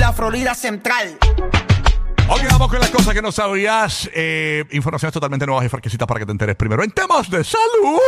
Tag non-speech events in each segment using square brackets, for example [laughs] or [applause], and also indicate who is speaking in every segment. Speaker 1: la Florida Central.
Speaker 2: Ok, vamos con las cosas que no sabías. Eh, informaciones totalmente nuevas y fresquecitas para que te enteres primero. En temas de salud,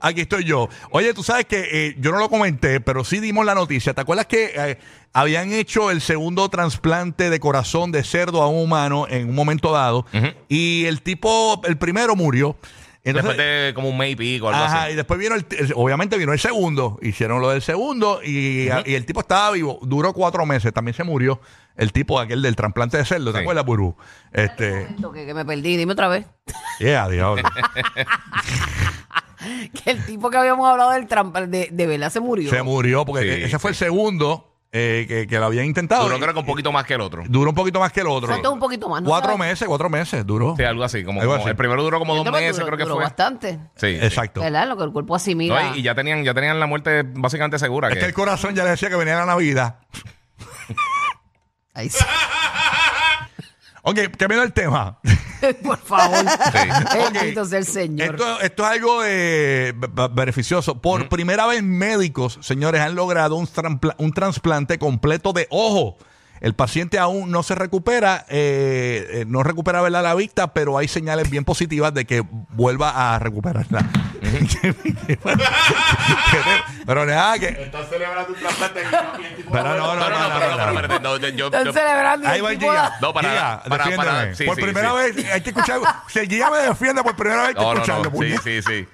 Speaker 2: aquí estoy yo. Oye, tú sabes que eh, yo no lo comenté, pero sí dimos la noticia. ¿Te acuerdas que eh, habían hecho el segundo trasplante de corazón de cerdo a un humano en un momento dado? Y el tipo, el primero murió.
Speaker 3: Después de como un mes y pico, algo
Speaker 2: Ajá, y
Speaker 3: así.
Speaker 2: después vino el, el- obviamente vino el segundo, hicieron lo del segundo y, y el tipo estaba vivo, duró cuatro meses, también se murió el tipo aquel del trasplante de cerdo, ¿te
Speaker 3: Sí.
Speaker 2: acuerdas, Burú?
Speaker 4: [laughs]
Speaker 2: Este,
Speaker 4: Que, que me perdí, dime otra vez. [laughs]
Speaker 2: yeah, diablo.
Speaker 4: Que el tipo que habíamos hablado del trampa de, de verdad se murió.
Speaker 2: se murió porque
Speaker 3: Sí,
Speaker 2: ese fue el segundo eh, que, que lo habían intentado.
Speaker 3: Uno creo que un poquito más que el otro.
Speaker 2: Duró un poquito más que el otro.
Speaker 4: Faltó un poquito más. ¿no?
Speaker 2: Cuatro
Speaker 4: ¿Sabes?
Speaker 2: meses, cuatro meses duró.
Speaker 3: Sí, algo así. Como,
Speaker 2: Algo
Speaker 3: como-
Speaker 2: así.
Speaker 3: El primero duró como dos
Speaker 4: Pero
Speaker 3: meses,
Speaker 4: duró-
Speaker 3: creo que
Speaker 4: duró
Speaker 3: fue.
Speaker 4: bastante.
Speaker 3: Sí, sí.
Speaker 2: Exacto.
Speaker 4: ¿Verdad? Lo que el cuerpo
Speaker 3: No,
Speaker 4: asimila.
Speaker 3: y, y ya tenían, ya tenían la muerte básicamente segura.
Speaker 2: Este Es que el corazón ya le decía que venía la Navidad.
Speaker 4: Ay, sí.
Speaker 2: Ok, cambiando el tema.
Speaker 4: Por
Speaker 3: [laughs]
Speaker 4: favor.
Speaker 3: Sí.
Speaker 4: Bendito sea el Señor.
Speaker 2: Esto, esto es algo eh, be- be- beneficioso. Por
Speaker 3: Mm.
Speaker 2: primera vez, médicos, señores, han logrado un, trampla- un trasplante completo de ojo. El paciente aún no se recupera, eh, eh, no recupera ¿verdad? la vista, pero hay señales bien positivas de que vuelva a recuperarla. [laughs] pero nada, que.
Speaker 5: Estás celebrando un trasplante que no tiene
Speaker 3: [laughs]
Speaker 5: tipo
Speaker 2: Pero no, no,
Speaker 3: No, no, no, pero, no,
Speaker 2: no, no.
Speaker 3: espérate, no, yo- yo-
Speaker 4: Están
Speaker 3: yo-
Speaker 4: celebrando. y
Speaker 2: Ahí
Speaker 4: el
Speaker 2: va el
Speaker 4: tipo da-
Speaker 2: Giga.
Speaker 3: No, para-
Speaker 2: Giga,
Speaker 3: para-
Speaker 2: defiéndeme.
Speaker 3: para- sí,
Speaker 2: por
Speaker 3: sí,
Speaker 2: primera
Speaker 3: sí.
Speaker 2: vez hay que escuchar. si el Giga me defiende por primera vez hay que
Speaker 3: no, no,
Speaker 2: escucharlo.
Speaker 3: no, sí,
Speaker 2: puñet.
Speaker 3: sí, sí.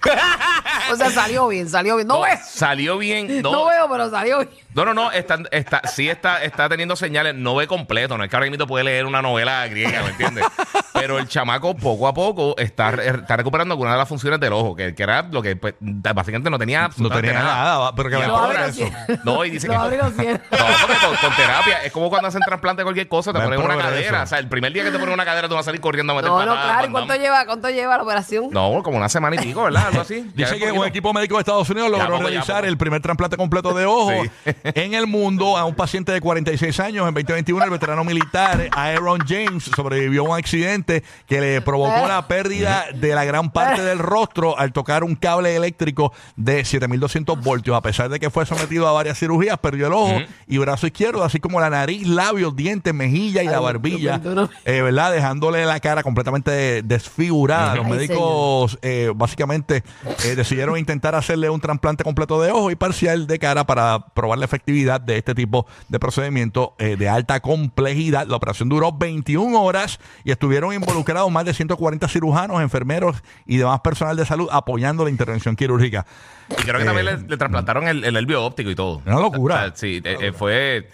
Speaker 4: O sea, salió bien, salió bien. No ves.
Speaker 3: Salió bien.
Speaker 4: No.
Speaker 3: No,
Speaker 4: veo, pero salió bien.
Speaker 3: no, no, no, está, está, sí está, está teniendo señales, no ve completo, no es que ahora mismo puede leer una novela griega, ¿me entiendes? Pero el chamaco poco a poco está, re- está recuperando alguna de las funciones del ojo, que, que era lo que pues, básicamente no tenía
Speaker 2: No tenía
Speaker 3: absolutamente
Speaker 2: nada, va, pero que
Speaker 3: Y
Speaker 2: me
Speaker 4: Lo
Speaker 3: ahora
Speaker 2: prueba
Speaker 4: abre
Speaker 2: eso.
Speaker 4: los
Speaker 3: No, y dice
Speaker 4: Lo
Speaker 3: que-
Speaker 4: abre los
Speaker 3: [laughs]
Speaker 4: cielos.
Speaker 3: No, porque con, con terapia es como cuando hacen trasplante de cualquier cosa, te
Speaker 2: Me
Speaker 3: ponen una
Speaker 2: prueba
Speaker 3: cadera.
Speaker 2: eso.
Speaker 3: O sea, el primer día que te ponen una cadera, tú vas a salir corriendo a meter
Speaker 4: No, no,
Speaker 3: patadas,
Speaker 4: claro. ¿Y
Speaker 3: pam,
Speaker 4: cuánto
Speaker 3: pam.
Speaker 4: lleva, cuánto lleva la operación?
Speaker 3: No, como una semana y pico, ¿verdad? Algo así. Ya
Speaker 2: Dice
Speaker 3: es
Speaker 2: que un
Speaker 3: poquito.
Speaker 2: equipo médico de Estados Unidos logró
Speaker 3: poco, ya
Speaker 2: realizar
Speaker 3: poco.
Speaker 2: el primer trasplante completo de ojo
Speaker 3: Sí. [laughs]
Speaker 2: en el mundo a un paciente de 46 años en 2021. El veterano militar Aaron James sobrevivió a un accidente que le provocó la pérdida de la gran parte del rostro al tocar un cable eléctrico de 7200 voltios. A pesar de que fue sometido a varias cirugías, perdió el ojo y brazo izquierdo, así como la nariz, labios, dientes, mejilla y la
Speaker 4: Ay,
Speaker 2: barbilla,
Speaker 4: Dios mío, no.
Speaker 2: eh, ¿verdad? Dejándole la cara completamente desfigurada. Los
Speaker 4: Ay,
Speaker 2: médicos
Speaker 4: señor.
Speaker 2: médicos, eh, básicamente eh, decidieron intentar hacerle un trasplante completo de ojo y parcial de cara para probar la efectividad de este tipo de procedimiento eh, de alta complejidad. La operación duró 21 horas y estuvieron involucrados más de 140 cirujanos, enfermeros y demás personal de salud apoyando la intervención quirúrgica.
Speaker 3: Y creo que también le, le trasplantaron el, el nervio óptico y todo.
Speaker 2: Una locura.
Speaker 3: O sea, sí, eh, eh, fue.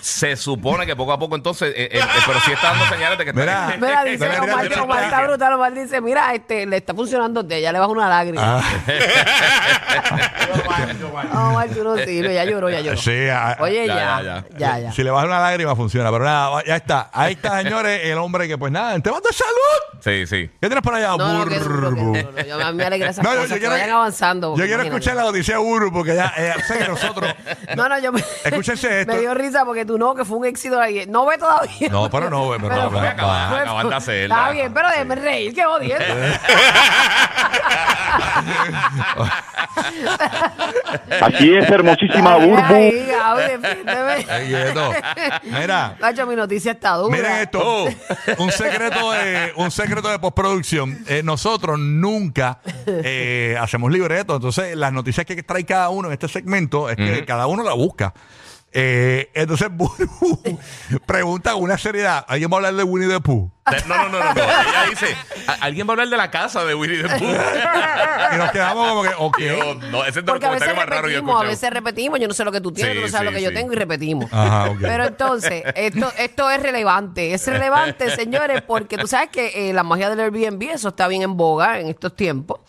Speaker 3: Se supone que poco a poco entonces. eh, eh, eh, pero sí está dando señales de que está.
Speaker 2: Mira.
Speaker 3: [laughs]
Speaker 4: Mira, dice
Speaker 2: Mira, mira,
Speaker 4: Omar,
Speaker 2: mira,
Speaker 4: Omar
Speaker 2: mira.
Speaker 4: está brutal, Omar dice, mira, este, le está funcionando de ella, le baja una lágrima.
Speaker 3: Ah.
Speaker 4: Omar, tú no
Speaker 3: [laughs]
Speaker 4: sirves, ya lloró, ya lloró.
Speaker 2: Eh, Sí, a- [laughs] eh,
Speaker 4: Oye,
Speaker 3: Ya,
Speaker 4: ya,
Speaker 3: ya,
Speaker 4: ya,
Speaker 3: ya.
Speaker 4: ya.
Speaker 2: Si le baja una lágrima funciona, pero nada, ya está. Ahí está, señores, el hombre que pues nada, en temas de salud.
Speaker 3: Sí, sí. [laughs]
Speaker 2: ¿Qué tienes por allá,
Speaker 4: No, no, que eso es lo que-
Speaker 2: Burbu?
Speaker 4: no, no, yo- a mí me alegra
Speaker 2: [laughs]
Speaker 4: esas
Speaker 2: No, yo-
Speaker 4: cosas,
Speaker 2: yo
Speaker 4: que
Speaker 2: quiero-
Speaker 4: vayan avanzando.
Speaker 2: Yo
Speaker 4: porque
Speaker 2: quiero
Speaker 4: imagínate.
Speaker 2: escuchar la odisea Burbu porque ya eh, sé que nosotros
Speaker 4: No, no, yo me...
Speaker 2: Escúchense esto.
Speaker 4: [laughs] Me dio risa porque tú no, que fue un éxito ahí. No ve todavía.
Speaker 2: [laughs] No, pero no, pero no, va,
Speaker 3: va,
Speaker 4: fue- fue-
Speaker 3: acaban de hacerla.
Speaker 4: Está bien, pero déjeme reír, qué jodiendo.
Speaker 2: [laughs]
Speaker 5: Aquí es hermosísima
Speaker 4: Ahí, Gaby,
Speaker 2: [laughs]
Speaker 4: defiéndeme.
Speaker 2: Ay,
Speaker 4: [laughs]
Speaker 2: quieto. Mira,
Speaker 4: Nacho, mi noticia está dura.
Speaker 2: miren esto. Un secreto de, un secreto de postproducción. Eh, nosotros nunca eh, hacemos libretos. Entonces, las noticias que trae cada uno en este segmento es que cada uno la busca. Eh, entonces, Burbu [laughs] pregunta con una seriedad. ¿Alguien va a hablar de Winnie the Pooh?
Speaker 3: De- No, no, no, no. no. Ella dice: "¿A- ¿Alguien va a hablar de la casa de Willy the
Speaker 2: [laughs]
Speaker 3: Pooh?
Speaker 2: Y nos quedamos como que, ok.
Speaker 3: Yo, no, ese es de los
Speaker 4: Porque a
Speaker 3: comentarios
Speaker 4: veces
Speaker 3: más raros que he
Speaker 4: repetimos, a
Speaker 3: escuchado.
Speaker 4: veces repetimos, yo no sé lo que tú tienes,
Speaker 3: Sí,
Speaker 4: tú no sabes
Speaker 3: sí,
Speaker 4: lo que yo
Speaker 3: sí.
Speaker 4: tengo y repetimos.
Speaker 2: Ajá, ok.
Speaker 4: [laughs] Pero entonces, esto, esto es relevante, es relevante, señores, porque tú sabes que eh, la magia del Airbnb, eso está bien en boga en estos tiempos,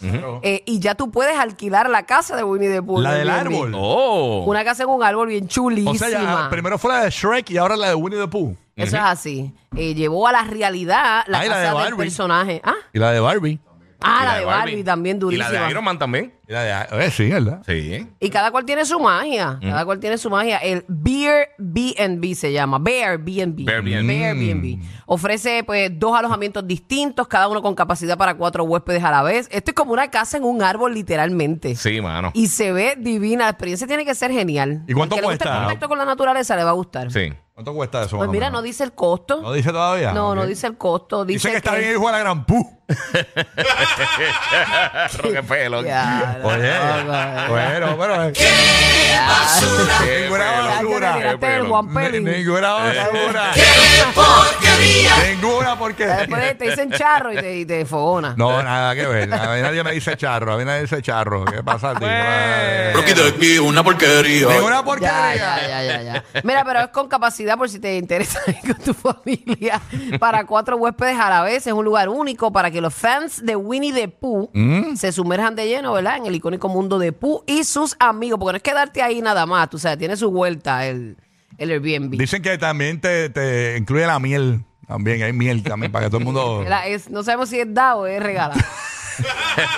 Speaker 4: Eh, y ya tú puedes alquilar la casa de Winnie the Pooh.
Speaker 2: La
Speaker 4: en
Speaker 2: del
Speaker 4: Airbnb.
Speaker 2: árbol.
Speaker 3: Oh.
Speaker 4: Una casa en un árbol bien chulísima.
Speaker 2: O sea, ya, ah, primero fue la de Shrek y ahora la de Winnie the Pooh.
Speaker 4: Eso es así. Eh, llevó a la realidad la
Speaker 2: Ay, la
Speaker 4: casa
Speaker 2: de
Speaker 4: del
Speaker 2: Barbie.
Speaker 4: personaje. Ah,
Speaker 2: Y la de Barbie.
Speaker 4: ah
Speaker 3: Y
Speaker 4: la, de Barbie, también
Speaker 3: Y la
Speaker 4: durísima.
Speaker 3: de Iron Man también.
Speaker 2: Y la de, eh, sí, ¿verdad?
Speaker 3: Sí.
Speaker 4: Y cada cual tiene su magia.
Speaker 2: Mm.
Speaker 4: Cada cual tiene su magia. El Beer B&B se llama. Bear B&B.
Speaker 3: Bear B&B.
Speaker 4: Bear B&B. Ofrece pues dos alojamientos distintos, cada uno con capacidad para cuatro huéspedes a la vez. Esto es como una casa en un árbol literalmente.
Speaker 3: Sí, mano.
Speaker 4: Y se ve divina. La experiencia tiene que ser genial.
Speaker 2: ¿Y cuánto
Speaker 4: Al que le gusta
Speaker 2: cuesta?
Speaker 4: el contacto con la naturaleza le va a gustar.
Speaker 3: Sí.
Speaker 2: ¿Cuánto cuesta eso?
Speaker 4: Pues
Speaker 2: más o
Speaker 4: mira,
Speaker 2: menos?
Speaker 4: no dice el costo.
Speaker 2: ¿No dice todavía.
Speaker 4: No, no
Speaker 2: Ok.
Speaker 4: dice el costo. Dice,
Speaker 2: Dice que está bien hijo de la gran pu.
Speaker 3: [laughs]
Speaker 2: [laughs]
Speaker 3: Rockefeller.
Speaker 4: Ya,
Speaker 3: Oye.
Speaker 4: loco, eh.
Speaker 2: Bueno, bueno. eh.
Speaker 3: qué
Speaker 2: Ninguna
Speaker 3: pelón.
Speaker 2: basura.
Speaker 4: Ya te tiraste el Juan Pelín.
Speaker 2: Ni- Ninguna basura. Ninguna
Speaker 4: Ya
Speaker 2: porquería.
Speaker 4: Después te dicen charro y te, y te fogona.
Speaker 2: No, nada que ver. A mí nadie me dice charro. A mí nadie dice charro. ¿Qué pasa, tío?
Speaker 3: Bueno.
Speaker 1: Rocky de aquí, una porquería.
Speaker 2: Ninguna
Speaker 4: Ya,
Speaker 2: porquería.
Speaker 4: ya, ya, ya, ya. Mira, pero es con capacidad por si te interesa [laughs] ir con tu familia. Para cuatro huéspedes a la vez es un lugar único para que los fans de Winnie the Pooh se sumerjan de lleno, ¿verdad? En el icónico mundo de Pooh y sus amigos. Porque no es quedarte ahí nada más, tú sabes, tiene su vuelta el, el Airbnb.
Speaker 2: Dicen que también te, te incluye la miel. También hay miel también para que todo el
Speaker 3: [laughs]
Speaker 2: mundo.
Speaker 4: La- es- no sabemos si es da o es regalada.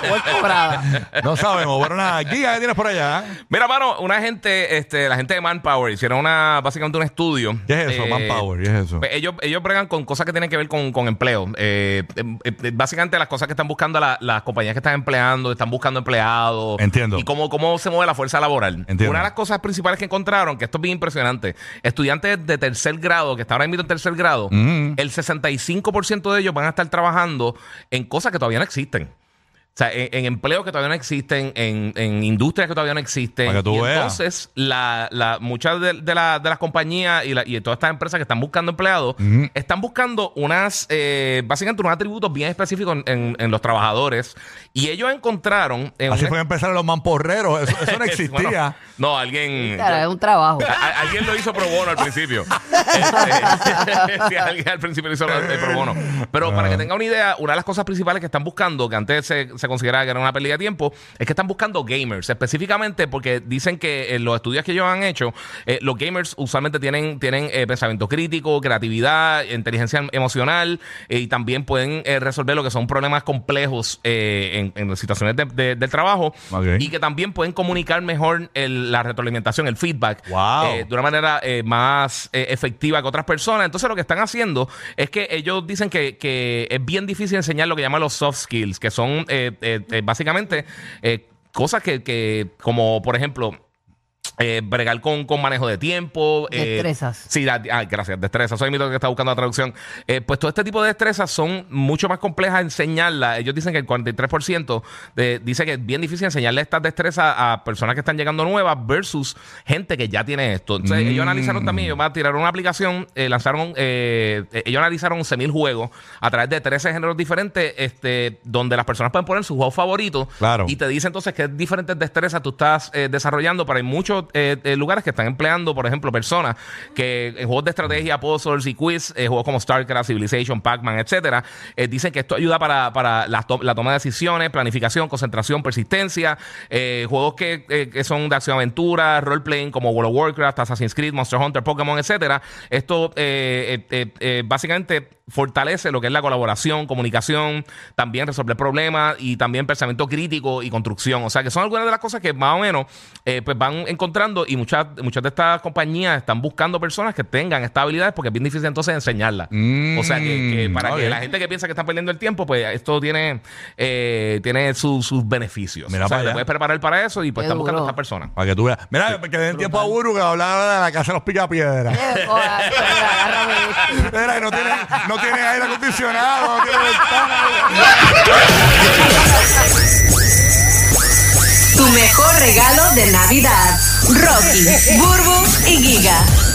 Speaker 4: o es cobrada.
Speaker 2: No sabemos. Bueno, nada. Giga, ¿qué tienes por allá?
Speaker 3: Mira, mano, una gente, este, la gente de Manpower hicieron una, básicamente un estudio.
Speaker 2: ¿Qué es eso?
Speaker 3: Eh,
Speaker 2: Manpower. ¿Qué es eso?
Speaker 3: Pues ellos, ellos bregan con cosas que tienen que ver con, con empleo. Eh, eh, eh, básicamente las cosas que están buscando la- las compañías que están empleando, están buscando empleados.
Speaker 2: Entiendo.
Speaker 3: Y cómo, cómo se mueve la fuerza laboral.
Speaker 2: Entiendo.
Speaker 3: Una de las cosas principales que encontraron, que esto es bien impresionante, estudiantes de tercer grado, que están ahora mismo en tercer grado,
Speaker 2: Mm.
Speaker 3: el 65% de ellos van a estar trabajando en cosas que todavía no existen. O sea, en, en empleos que todavía no existen, en, en industrias que todavía no existen.
Speaker 2: Para que tú
Speaker 3: y
Speaker 2: veas.
Speaker 3: entonces, la, la- muchas de, de la- de las compañías y, la- y de todas estas empresas que están buscando empleados, están buscando unas, eh, básicamente unos atributos bien específicos en, en- en los trabajadores. Y ellos encontraron... En
Speaker 2: Así
Speaker 3: un-
Speaker 2: fue que empezaron los mamporreros.
Speaker 3: [laughs]
Speaker 2: Eso, eso no existía.
Speaker 3: Bueno, no, alguien...
Speaker 4: Claro, es un trabajo.
Speaker 3: A- a- alguien lo hizo pro bono al principio. Este, sí, alguien al principio lo hizo lo- eh, pro bono. Pero para que tenga una idea, una de las cosas principales que están buscando, que antes se, se consideraba que era una pérdida de tiempo, es que están buscando gamers, específicamente porque dicen que en los estudios que ellos han hecho, eh, los gamers usualmente tienen, tienen eh, pensamiento crítico, creatividad, inteligencia emocional eh, y también pueden eh, resolver lo que son problemas complejos eh, en, en situaciones de- de- del trabajo
Speaker 2: Ok.
Speaker 3: y que también pueden comunicar mejor el- la retroalimentación, el feedback
Speaker 2: Wow.
Speaker 3: eh, de una manera eh, más eh, efectiva que otras personas. Entonces lo que están haciendo es que ellos dicen que, que es bien difícil enseñar lo que llaman los soft skills, que son eh, eh, eh, básicamente eh, cosas que, que, como por ejemplo, eh, bregar con, con manejo de tiempo. eh,
Speaker 4: Destrezas.
Speaker 3: sí, la- ah, gracias, destrezas. Soy mito que está buscando la traducción. Eh, pues todo este tipo de destrezas son mucho más complejas de enseñarlas. Ellos dicen que el 43% de, dice que es bien difícil enseñarle estas destrezas a personas que están llegando nuevas versus gente que ya tiene esto. Entonces, ellos analizaron también, ellos van a tirar una aplicación, eh, lanzaron, eh, eh, ellos analizaron 11.000 juegos a través de 13 géneros diferentes, este, donde las personas pueden poner su juego favorito
Speaker 2: Claro.
Speaker 3: y te dice entonces qué diferentes destrezas tú estás eh, desarrollando, pero hay muchos eh, eh, lugares que están empleando, por ejemplo, personas que en juegos de estrategia, puzzles y quiz, eh, juegos como StarCraft, Civilization, Pac-Man, etcétera, eh, dicen que esto ayuda para, para la, to- la toma de decisiones, planificación, concentración, persistencia, eh, juegos que, eh, que son de acción-aventura, role-playing como World of Warcraft, Assassin's Creed, Monster Hunter, Pokémon, etcétera. Esto eh, eh, eh, eh, básicamente fortalece lo que es la colaboración, comunicación, también resolver problemas y también pensamiento crítico y construcción. O sea, que son algunas de las cosas que más o menos eh, pues van encontrando y muchas, muchas de estas compañías están buscando personas que tengan estas habilidades porque es bien difícil entonces enseñarlas.
Speaker 2: Mm,
Speaker 3: o sea, que, que para
Speaker 2: ok.
Speaker 3: que la gente que piensa que están perdiendo el tiempo, pues esto tiene, eh, tiene su- sus beneficios.
Speaker 2: Mira
Speaker 3: o sea,
Speaker 2: para
Speaker 3: te
Speaker 2: allá.
Speaker 3: puedes preparar para eso y pues
Speaker 4: Qué
Speaker 3: están buscando a
Speaker 4: duro.
Speaker 3: estas personas.
Speaker 2: Para que tú veas. Mira, que den tiempo a Uru que hablaba de la casa de los picapiedras.
Speaker 4: Eh, oh, ah, agárrame.
Speaker 2: Mira, que no tiene, no tiene aire acondicionado, no tiene ventana.
Speaker 6: Tu mejor regalo de Navidad. Rocky, Burbu y Giga.